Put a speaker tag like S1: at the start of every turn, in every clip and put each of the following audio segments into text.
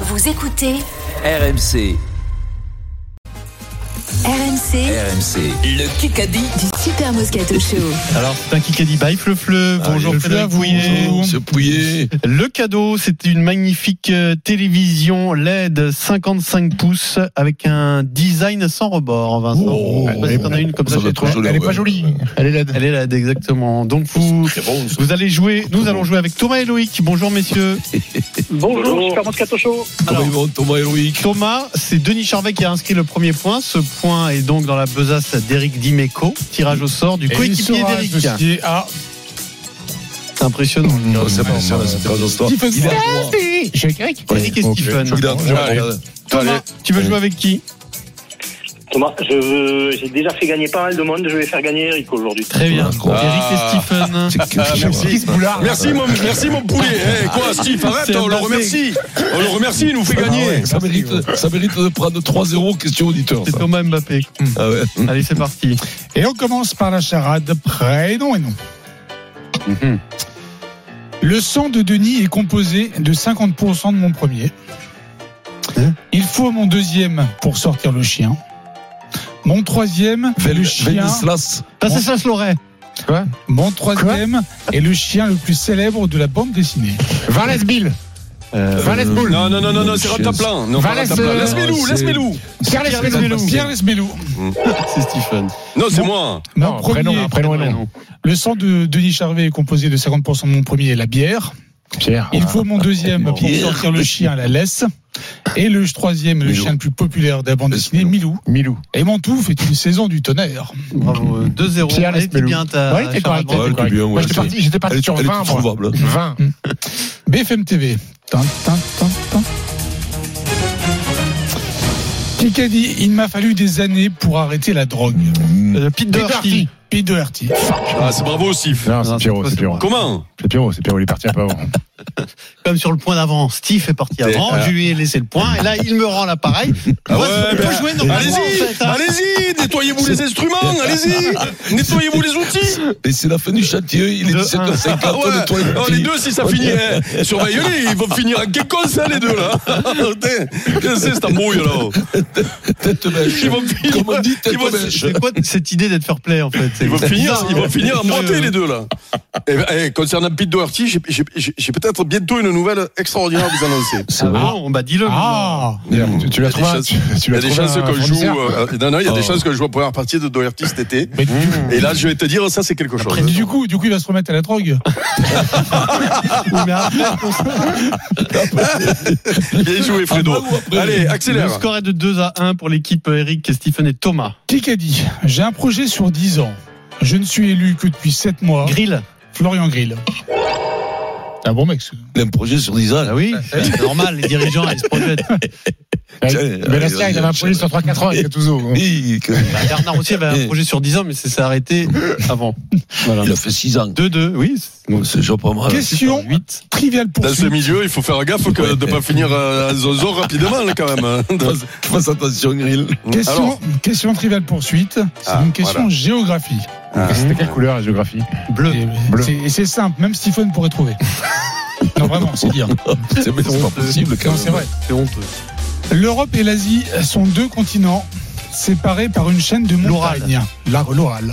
S1: Vous écoutez
S2: RMC,
S1: RMC
S2: RMC, le Kikadi.
S1: du Super Moscato Show.
S3: Alors, c'est un Kikadi by Fleu Fleu. Bonjour
S4: Allez,
S3: Frédéric
S4: Fleur,
S3: Pouillet.
S4: bonjour, Monsieur Pouillet.
S3: Le cadeau, c'était une magnifique euh, télévision LED 55 pouces avec un design sans rebord, Vincent.
S4: Oh,
S3: Je sais pas si t'en as une comme ça,
S4: ça doit
S3: chez
S4: être
S3: toi.
S4: joli, ouais.
S3: Elle est LED. Elle est LED, exactement. Donc vous,
S4: Très bon, ça.
S3: vous allez jouer, nous allons jouer avec Thomas et Loïc. Bonjour messieurs.
S5: Bonjour, Super Moscato Show.
S4: Comment ils vont, Thomas et Loïc
S3: Thomas, c'est Denis Charvet qui a inscrit le premier point. Ce point est donc dans la besace d'Éric Dimeco. Tirage au sort du coéquipier d'Éric. C'est impressionnant.
S4: Non, c'est pas ça, c'est pas ça. Il a droit.
S3: Eric et Stephen.
S4: Il a droit, regarde.
S3: Thomas, tu veux jouer avec qui
S5: Thomas, je veux- j'ai déjà fait gagner pas mal de monde, je vais faire gagner Eric aujourd'hui.
S3: Très bien.
S4: Ah.
S3: Eric et Stephen.
S4: C'est quelque chose.
S6: Merci mon, merci mon poulet. Eh, quoi, Steve, arrête,
S3: C'est
S6: on le
S3: un
S6: remercie. On le remercie, il nous fait
S4: Ah
S6: gagner.
S4: ouais, Ça mérite, ça mérite de prendre 3-0 question auditeur.
S3: C'est
S4: ça.
S3: Thomas Mbappé.
S4: Ah ouais.
S3: Allez, c'est parti.
S7: Et on commence par la charade prénom et nom.
S3: Mhm.
S7: Le sang de Denis est composé de 50% de mon premier. Il faut mon deuxième pour sortir le chien. Mon troisième, le chien.
S4: Venislas.
S3: Ça, c'est ça, Loret.
S7: Mon troisième est le chien le plus célèbre de la bande dessinée.
S8: Bill, Valès Boul.
S6: Non, non, non, non, non, c'est Rataplan. Non, pas
S8: Valès,
S6: Rataplan.
S8: euh,
S6: Laisse-moi loup,
S4: c'est-
S6: laisse-moi loup.
S8: Pierre Lesmelou.
S7: Pierre Lesmelou.
S3: C'est Stephen.
S6: Non, c'est
S7: Bon.
S6: moi.
S7: Mon
S8: Non,
S7: premier,
S8: prénom, prénom et nom.
S7: le sang de Denis Charvet est composé de 50% de mon premier et la bière.
S8: Pierre.
S7: Il faut mon deuxième pour
S4: Pierre.
S7: sortir le chien à la laisse. Et le troisième, le
S4: Milou.
S7: chien le plus populaire de la bande dessinée, Milou.
S8: Milou.
S7: Et Montou fait une saison du tonnerre.
S3: Bravo. euh, 2-0.
S7: Hmm.
S8: Pierre
S3: Allez, t'es
S8: Lesmelou.
S3: bien ta.
S8: Ouais, t'es
S3: Charlotte.
S8: correct,
S4: Ouais,
S8: t'es
S4: t'es
S8: correct.
S4: bien, ouais,
S8: Moi, j'étais
S4: c'est-
S8: parti, j'étais parti
S4: Elle est-
S8: sur
S4: elle est
S8: 20, moi.
S4: trouvable.
S8: 20.
S7: BFM TV. Tin, tin, tin, tin. Kikadi, il m'a fallu des années pour arrêter la drogue.
S3: Euh, Pete Doherty.
S7: Pete Doherty.
S6: Ah, c'est bravo, Steve.
S8: Non,
S3: Non,
S8: c'est Pierrot,
S3: c'est
S8: c'est Pierrot.
S6: Comment
S8: C'est Pierrot, c'est Pierrot, il est parti un peu avant.
S3: Comme sur le point d'avant, Steve est parti avant. Je lui ai laissé le point. Et là, il me rend l'appareil.
S6: Ah
S3: Moi,
S6: ouais,
S3: je peux
S6: ben,
S3: jouer normalement,
S6: Allez-y,
S3: en fait, hein.
S6: allez-y, nettoyez-vous les instruments, allez-y, nettoyez-vous les outils.
S4: Et c'est la fin du châtier, il est
S3: De
S4: 17h50.
S6: Ah ouais,
S4: on est toi et
S6: oh,
S4: petit.
S6: les deux, si ça finit, eh, surveillez-les, ils vont finir à quécon, ça, les deux, là. Putain, Qu'est-ce que c'est, cette embrouille, là oh
S4: Tête bêche.
S6: Ils vont finir-
S4: Comme on dit,
S6: ils
S4: tête
S6: vont-
S4: bêche.
S3: Bah, C'est quoi cette idée d'être fair play en fait C'est-
S6: Ils vont
S3: c'est
S6: finir,
S3: bizarre,
S6: ils
S3: hein.
S6: vont finir à
S3: Curieux,
S6: moitié
S3: hein.
S6: les deux là. Eh ben, eh, concernant Pete Doherty, j'ai- j'ai j'ai- j'ai peut-être bientôt une nouvelle extraordinaire à vous annoncer.
S3: Ah bon, bah dis-le.
S7: Ah
S8: Tu- Tu
S6: Il y a
S8: l'as
S6: des
S8: trouvé
S6: chances-
S8: tu- tu
S6: Il y
S8: l'as
S6: a des
S8: trouvé
S6: chances
S8: un
S6: que je joue.
S8: fournisseur
S6: euh, Mmh. non, non, il y a des chances que je joue la première partie de Doherty cet été. Et là, je vais te dire, ça, c'est quelque chose.
S7: Du coup, du coup, il va se remettre à la drogue.
S3: Oui, mais après,
S6: Bien joué, Fredo.
S4: Avant ou après
S6: Allez,
S3: Le
S6: accélère.
S3: score est de 2 à 1 pour l'équipe euh, Eric, Stephen et Thomas.
S7: Kikadi, j'ai un projet sur 10 ans. Je ne suis élu que depuis 7 mois.
S3: Grill.
S7: Florian Grill. Ah bon mec. ce-
S4: Il a un projet sur 10 ans.
S3: Ah oui, c'est normal, les dirigeants, ils se projettent.
S4: Tiens,
S6: Ah,
S8: Mais la sienne,
S4: allez,
S8: Bah, il avait un
S4: allez,
S8: projet sur 3-4 ans avec Gattuso.
S4: Oui, que-
S3: Bah, Bernard aussi avait un projet sur 10 ans, mais c'est s'est arrêté avant. Voilà.
S4: Il a fait 6 ans.
S3: 2-2, oui.
S4: C'est jean pas mal.
S7: Question
S3: 8.
S7: triviale pour
S6: Dans ce milieu, il faut faire gaffe que de ne pas finir euh, à Zozo rapidement, là, quand même. hein.
S4: Fais- Fais attention, Grill.
S7: Question,
S6: Alors,
S7: question triviale poursuite. C'est
S6: Ah,
S7: une question
S6: voilà.
S7: géographie.
S8: C'était quelle couleur la géographie
S3: Bleu.
S7: Et,
S8: Bleu.
S7: c'est- et c'est simple, même Stephen pourrait trouver. non, vraiment, c'est dire.
S4: C'est mais c'est pas possible quand
S7: Non,
S4: même.
S7: c'est vrai.
S3: C'est honteux.
S7: L'Europe et l'Asie sont deux continents séparés par une chaîne de
S3: L'Oural.
S7: montagnes. La- L'Oral.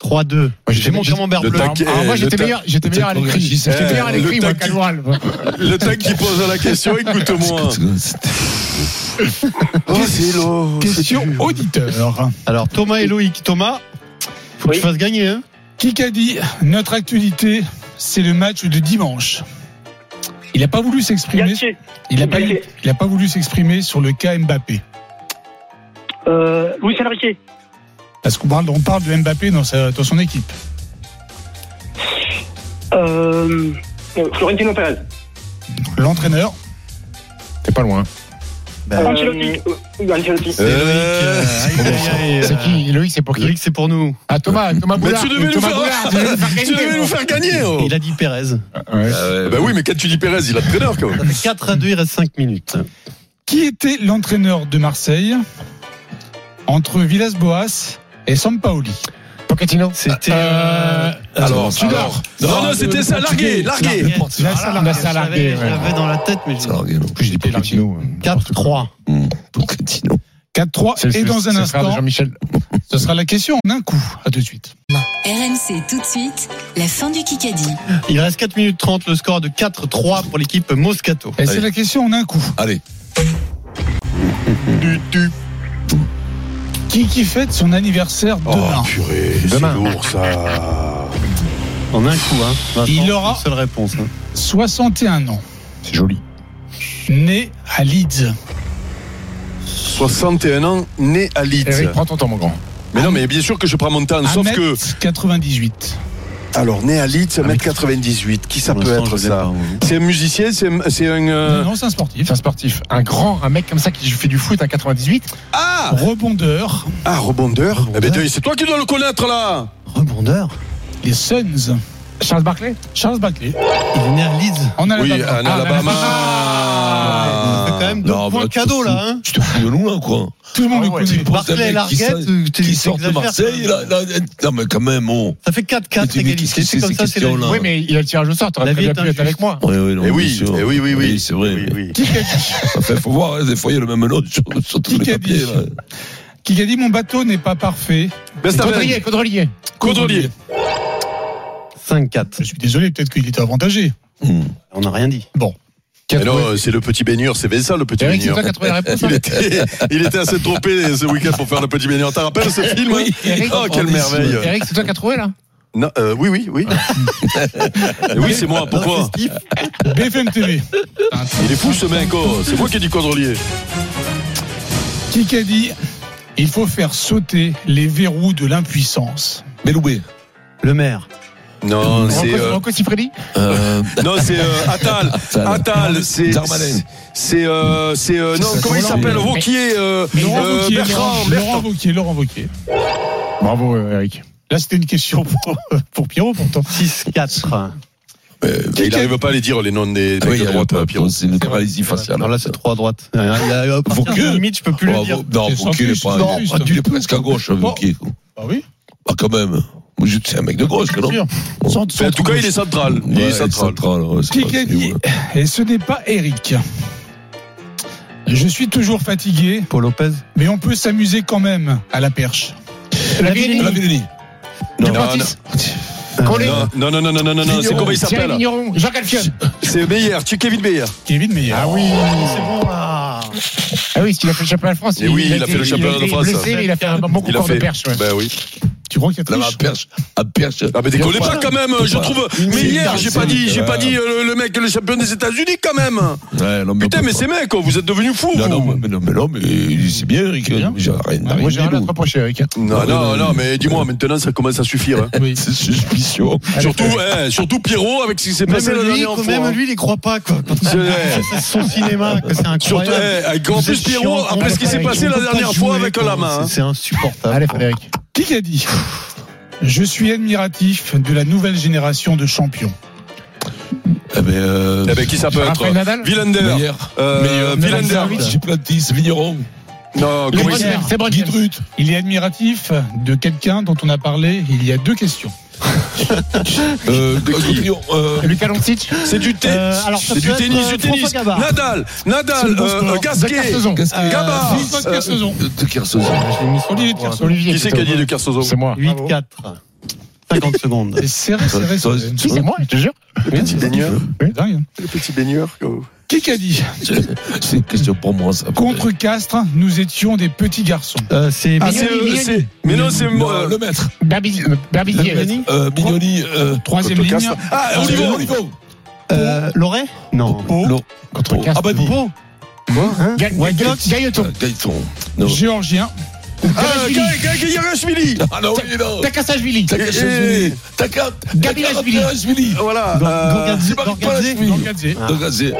S3: 3-2. J'ai mon
S8: j'étais-
S3: camembert
S6: le
S3: bleu. hein. Ah,
S6: tac-
S8: Alors
S6: eh,
S8: moi, j'étais
S6: le
S8: meilleur, j'étais meilleur à
S4: le
S8: l'écrit.
S4: tac-
S8: J'étais
S6: eh,
S8: meilleur à
S6: le
S8: l'écrit, moi,
S6: tac-
S8: qu'à l'oral.
S6: Le tag qui pose la question, écoute-moi. Oh, c'est lourd.
S7: Question auditeur.
S3: Alors, Thomas et Loïc. Thomas, faut que
S5: Oui.
S3: tu fasses gagner. Hein.
S7: Qui qu'a dit Notre actualité, c'est le match de dimanche. Il n'a pas voulu s'exprimer.
S5: Galtier,
S7: Il n'a pas,
S5: Galtier.
S7: il a pas voulu s'exprimer sur le cas Mbappé.
S5: euh, Luis Enrique,
S7: Parce qu'on parle, on parle de Mbappé dans, sa- dans son équipe.
S5: euh, euh, Florentino Perez,
S7: L'entraîneur.
S8: T'es pas loin.
S5: euh,
S3: Euh,
S5: Ancelotti, euh, Ancelotti.
S3: C'est Loïc.
S6: Euh,
S3: euh, aïe, aïe, aïe,
S8: C'est
S3: euh,
S8: qui Loïc, c'est pour qui
S3: Loïc, c'est pour nous.
S8: Ah, Thomas, Thomas
S6: Mais
S8: Boulard.
S6: tu devais nous
S8: Thomas
S6: faire-
S8: Boulard, tu devais nous faire
S6: Tu devais
S8: gagner,
S6: nous faire gagner. oh.
S3: Il a dit Pérez.
S8: Ouais.
S6: Eh Ben oui, mais quand tu dis Pérez, il a de traîneur quand même.
S3: Ça fait 4 à 2, il reste 5 minutes.
S7: Qui était l'entraîneur de Marseille entre Villas-Boas et Sampaoli
S8: Pochettino
S3: C'était.
S7: Euh,
S8: Ah,
S4: Alors,
S7: Tudor.
S6: Non, non, c'était ça, larguer, larguer.
S7: La salariée,
S3: je l'avais-
S7: ouais.
S3: je l'avais dans la tête, mais je-
S4: Ça, regarde, en plus,
S8: Plus des hein. Pochettino.
S3: 4-3.
S4: hum, Pochettino.
S8: C'est
S7: 4-3.
S8: le-
S7: Et dans
S8: c'est
S7: un
S8: le frère de
S7: instant,
S8: Jean-Michel.
S7: ce sera la question en un coup. À tout de suite.
S1: RMC tout de suite, la fin du Kikadi.
S3: Il reste 4 minutes 30, le score de 4-3 pour l'équipe Moscato.
S7: Et c'est
S4: Allez.
S7: la question en un coup.
S4: Allez,
S7: Qui qui fête son anniversaire
S8: Oh.
S7: demain
S6: Oh, purée, c'est
S8: Demain.
S6: lourd ça.
S3: En un coup, hein. Vincent,
S7: Il aura-
S3: une Seule réponse. hein.
S7: 61 ans.
S8: C'est joli.
S7: Né à Leeds.
S6: 61 ans, né à Leeds.
S8: Eric, prends ton temps, mon grand.
S6: Mais non, mais bien sûr que je prends mon temps. Sauf que,
S7: 98.
S6: alors, né à Leeds, 1m98, qui ça
S3: Pour
S6: peut
S3: l'instant,
S6: être
S3: je l'ai
S6: ça
S3: pas, hein.
S6: C'est un musicien, c'est un- c'est un. euh,
S7: Non, non, c'est un sportif.
S8: C'est un sportif. Un grand, un mec comme ça qui fait du foot à 98.
S6: Ah
S7: Rebondeur.
S6: Ah, rebondeur. Eh ben, dis, c'est toi qui dois le connaître là
S3: Rebondeur.
S7: Les Suns.
S8: Charles Barclay
S7: Charles Barkley.
S3: Il est né à Leeds.
S7: En
S6: Oui,
S7: Alabama.
S6: en
S7: Ah,
S6: Alabama.
S3: C'est quand même deux
S4: Non,
S3: points
S4: bah,
S3: cadeaux,
S4: tu-
S3: là. Hein.
S4: tu te fous de nous, là, quoi.
S7: Tout le monde
S8: Ah
S7: le
S8: ouais.
S7: connaît.
S4: un
S3: Barclay
S4: mec
S3: et
S4: qui
S3: Larguette,
S4: sort-
S3: euh, t'es-
S4: Qui sort de
S3: t'exagères,
S4: Marseille, là,
S3: quand même.
S4: là, Non, mais quand même, oh.
S3: Ça fait 4-4
S4: Mais
S3: égalité.
S4: qu'est-ce
S3: C'est
S4: que
S3: comme
S4: c'est
S3: ça,
S4: ces
S3: c'est la
S4: questions-là
S8: Oui, mais il a le tirage au sort. T'aurais
S3: La
S8: très
S3: vie
S8: bien
S3: est
S8: pu être
S3: injuste.
S8: avec moi.
S4: Oui, oui, non,
S6: Eh
S4: bien
S6: oui,
S4: sûr.
S6: eh oui, oui, oui.
S4: c'est vrai.
S6: Oui, oui.
S4: Enfin, faut voir, hein, des fois, il y a le même nom sur, sur tous les
S7: Kikadi.
S4: papiers. Là.
S7: Qui a dit mon bateau n'est pas parfait.
S6: Verstappen.
S8: Caudrelier, Caudrelier.
S6: Caudrelier.
S3: 5-4.
S7: Je suis désolé, peut-être qu'il était avantagé.
S4: Hum.
S3: On n'a rien dit.
S6: Mais non, euh, c'est le petit baigneur, c'est Vincent le petit
S8: Eric, c'est
S6: baigneur.
S8: toi qui as trouvé la réponse.
S6: Il
S8: hein
S6: était, il était assez tropé ce week-end pour faire le petit baigneur. T'as rappelles ce film
S4: Oui.
S8: Eric,
S6: Oh, quelle merveille.
S8: Eric, Ah. c'est toi qui as trouvé là
S6: Non, euh, oui, oui, oui. Eh oui, c'est moi.
S8: Ah,
S6: Pourquoi
S7: BFM TV.
S6: Il est fou ce mec. oh. C'est moi qui ai dit Caudrelier.
S7: Qui a dit il faut faire sauter les verrous de l'impuissance.
S4: Beloué.
S3: Le maire.
S6: Non, c'est. euh,
S8: Rocco Siffredi
S4: Euh,
S6: Non, c'est euh, Attal.
S4: Attal.
S6: Attal, c'est.
S4: Darmanin.
S6: C'est. euh, c'est. euh, non,
S4: C'est
S6: comment il
S4: Hollande.
S6: s'appelle
S4: Mais-
S6: Vauquier. euh,
S7: Laurent
S6: euh,
S7: Wauquiez,
S6: Bertrand.
S7: Laurent- Laurent
S6: Bertrand.
S7: Wauquiez, Laurent Wauquiez.
S8: Bravo, euh, Eric.
S7: Là, c'était une question pour, pour Pierrot, pourtant.
S3: 6-4.
S6: Et Il n'arrive pas à les dire les noms des
S4: Ah
S6: mecs
S4: oui,
S6: de
S4: il y a
S6: droite,
S4: le-
S6: euh, Pierrot.
S4: C'est une paralysie faciale.
S3: Alors là, c'est 3 à droite. Il y a- à partir
S4: Vauquier.
S3: de limite, je peux plus
S4: Ah,
S3: le
S4: Vau-
S3: dire.
S4: Non,
S7: C'est
S4: Vauquier, il est
S7: simpliste,
S4: pas.
S7: non,
S4: il est-
S7: pas du
S4: il est
S7: tout.
S4: presque à gauche,
S7: Bon.
S4: Vauquier. quoi.
S7: Ah oui
S4: Ah, quand même. Moi, je- C'est un mec de gauche, non
S7: Bien sûr. Sans- sans
S6: En tout cas,
S7: doute.
S6: il est central. Il
S4: Ouais,
S6: est central.
S4: ouais, c'est
S7: Qui
S4: pas-
S7: a
S4: Ah, c'est-
S7: dit Et ce n'est pas Eric. Je suis toujours fatigué,
S3: Paul Lopez.
S7: mais on peut s'amuser quand même à la perche.
S8: La
S4: La Villani. Non,
S6: Non, non.
S8: Collé.
S6: Non, non, non, non, non, non, non, non, c'est comment il
S8: Thierry
S6: s'appelle
S8: Vigneron, Jacques Alfion.
S6: C'est Meyer, tu Kevin Meyer.
S7: Kevin euh, Meyer.
S8: Ah oui.
S3: C'est bon, là.
S8: Ah oui, parce qu'il a fait le championnat de France.
S6: Et oui, il a fait le
S8: été-
S6: championnat de
S8: été
S6: France.
S8: blessé, mais il a fait un bon
S6: Il a
S8: concours de
S6: fait.
S8: perche. ouais.
S6: Ben oui.
S7: Tu crois qu'il y a
S4: Là, à
S7: triche
S4: perche. À perche.
S6: Ah, mais déconnez
S4: Pourquoi
S6: pas quand même, je trouve. Mais hier, j'ai pas dit, j'ai pas dit euh, le- le mec, le champion des États-Unis quand même.
S4: Ouais, non,
S6: Putain, mais ces mecs, oh, vous êtes devenus fous.
S4: Non, non,
S6: vous.
S4: mais non, mais non, mais il- c'est bien, Eric.
S7: Bien.
S4: J'ai rien
S7: Ah,
S8: Moi,
S4: rien
S8: j'ai
S4: dit,
S8: rien à te
S4: nous.
S8: reprocher, Eric.
S6: Non,
S4: Ouais,
S6: non,
S4: ouais,
S6: non,
S4: ouais.
S6: mais dis-moi, maintenant ça commence à suffire. hein.
S7: Oui.
S4: C'est suspicion.
S6: Surtout, eh, surtout Pierrot avec ce qui s'est passé
S3: Même
S6: la
S3: lui,
S6: dernière
S3: même
S6: fois.
S3: lui, il y croit pas, quoi. Quand
S6: hein. Je-
S3: C'est son cinéma, que c'est
S6: Surtout,
S3: incroyable.
S6: eh, avec- en
S3: Vous
S6: plus
S3: êtes
S6: Pierrot,
S3: chiant,
S6: après ce qui s'est
S3: on
S6: passé la
S3: peut pas
S6: dernière fois
S3: jouer,
S6: avec
S3: quoi.
S6: la main. hein.
S3: C'est c'est insupportable.
S8: Allez, Frédéric.
S7: Qui a dit Je suis admiratif de la nouvelle génération de champions.
S4: Eh ben, euh,
S6: Eh ben, qui ça peut être
S8: Raphaël Nadal
S6: Villander.
S4: Meyer.
S6: Euh,
S4: Meyer,
S6: Villander.
S4: Milankovic, Duplantis, Vigneron.
S6: Non, comment il s'appelle
S8: C'est bon,
S7: Guidrut. Il est admiratif de quelqu'un dont on a parlé il y a deux questions.
S4: Euh, Cotillon, euh,
S8: Lucas Loncic,
S6: C'est du thé-
S3: Euh, alors, ça
S6: c'est du
S3: peut être,
S6: tennis,
S3: euh,
S6: du
S3: François
S6: tennis.
S3: Gabard.
S6: Nadal,
S7: C'est le
S6: Nadal,
S7: bon
S6: euh,
S7: sport.
S6: Gasquet,
S8: Cartezon.
S7: Euh,
S4: Gasquet.
S6: Gabard.
S7: François Kersozon.
S4: Euh, De- de Kersauzon.
S3: Je l'ai mis sur
S7: Olivier
S3: trois.
S7: Kersauzon.
S8: Olivier.
S6: Qui c'est qui a dit de Kersozo
S8: C'est moi.
S3: 8-4. 50 secondes.
S7: C'est serré, serré,
S4: Ça,
S7: serré.
S8: Si, c'est moi, je te jure.
S6: Petit baigneur.
S7: C'est dingue. hein.
S6: Le petit baigneur.
S7: Qui a dit
S4: C'est c'est une question pour moi, ça.
S7: Contre Castres, nous étions des petits garçons.
S3: Euh, c'est
S6: Ah,
S8: Mignoni,
S6: c'est eux,
S8: Mignoni.
S6: c'est. Mais non, c'est
S4: Non,
S6: moi.
S4: le maître.
S8: Berbi- Berbizier.
S4: Le maître. Euh, Mignoni. euh,
S7: Troisième
S6: Contre
S7: ligne.
S6: Castres. Ah,
S4: Olivo.
S6: Olivon.
S4: Olivo.
S3: euh, Loret Non.
S7: Pau.
S4: Non.
S8: Contre
S4: Ah, bah, dis.
S8: Castres.
S3: Pau
S8: Ga- Ga- Ga-
S4: Euh,
S8: Gailleton.
S4: Gaëton. Non.
S7: Géorgien.
S6: Ah, Gaël, Gaël, Gaël, Yarashvili.
S4: Ah, non, oui, non.
S8: Takasashvili.
S6: Eh, eh,
S4: Takashvili. Taka-
S8: Gabilashvili.
S4: Gabilashvili.
S6: Voilà. euh,
S3: Gorgadze-
S4: c'est pas-
S3: Gorgadze
S4: pas-
S7: Langadze.
S4: Gorgadze.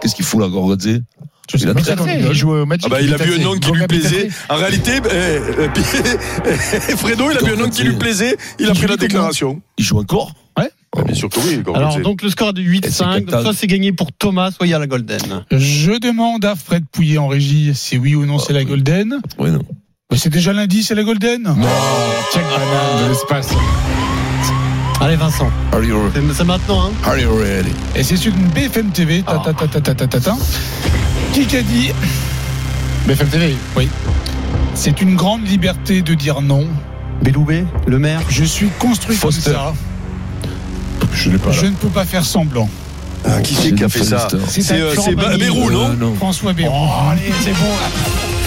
S4: Qu'est-ce qu'il fout là, Gorgadze Il a
S8: Mais
S4: très-
S8: attends, Il joue au match.
S6: Ah bah il a vu un nom qui lui plaisait. En réalité, eh, eh, puis, eh, Fredo, il a vu un nom qui lui plaisait. Il a pris la déclaration.
S4: Il joue encore
S6: Ah, Bien sûr que oui. comme on
S3: Alors,
S6: le sait.
S3: donc le score de
S4: Et c'est
S3: 8-5. Donc,
S4: Qatar.
S3: soit c'est gagné pour Thomas, soit il y a la Golden.
S7: Je demande à Fred Pouillet en régie si oui ou non c'est la Golden.
S4: Oui, non.
S7: Mais c'est déjà lundi, c'est la Golden.
S8: Non, check banane de l'espace.
S3: Allez, Vincent.
S4: Are you, re-
S3: C'est c'est maintenant, hein.
S4: are you ready?
S7: Et c'est sur une BFM TV. Ta, ta, ta, ta, ta, ta, ta, ta. Kikadi,
S8: BFM TV.
S7: c'est une grande liberté de dire non.
S3: Belloubet, le maire.
S7: Je suis construit
S4: Foster.
S7: comme
S4: Je l'ai pas
S7: ça.
S4: là.
S7: Je ne peux pas faire semblant.
S6: Ah, qui c'est qui a fait ça
S7: C'est
S6: C'est,
S7: un
S6: euh,
S7: Florent
S6: c'est Ba-
S7: Pagny.
S6: Bérou, non
S4: Euh, non.
S7: François Béron. Oh, allez, c'est bon.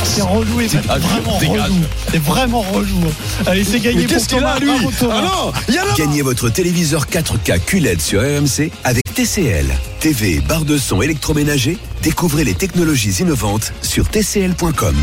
S7: C'est relou et
S4: Dégage,
S7: vraiment
S4: dégage.
S7: relou.
S3: C'est vraiment relou. hein. Allez, c'est gagné
S6: Mais
S3: pour
S6: qu'est-ce qu'il
S3: Thomas.
S6: a, lui
S3: Bravo, Thomas.
S6: Ah non Il y a là
S9: Gagnez votre téléviseur 4K QLED sur RMC avec TCL. TV, barre de son électroménager, découvrez les technologies innovantes sur tcl.com.